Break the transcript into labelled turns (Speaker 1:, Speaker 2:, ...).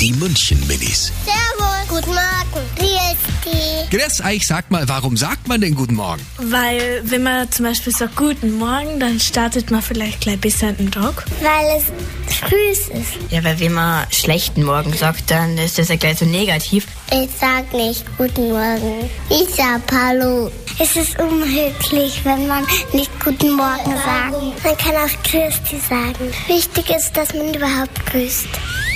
Speaker 1: Die München Minis.
Speaker 2: Servus. Guten Morgen. Grüß
Speaker 1: Grüß euch, sag mal, warum sagt man denn guten Morgen?
Speaker 3: Weil, wenn man zum Beispiel sagt, guten Morgen, dann startet man vielleicht gleich besser in den Tag.
Speaker 2: Weil es früh ist.
Speaker 4: Ja, weil wenn man schlechten Morgen sagt, dann ist das ja gleich so negativ.
Speaker 2: Ich sag nicht guten Morgen. Ich sag Hallo. Es ist unhöflich, wenn man nicht guten Morgen sagt. Man kann auch Christi sagen. Wichtig ist, dass man überhaupt grüßt.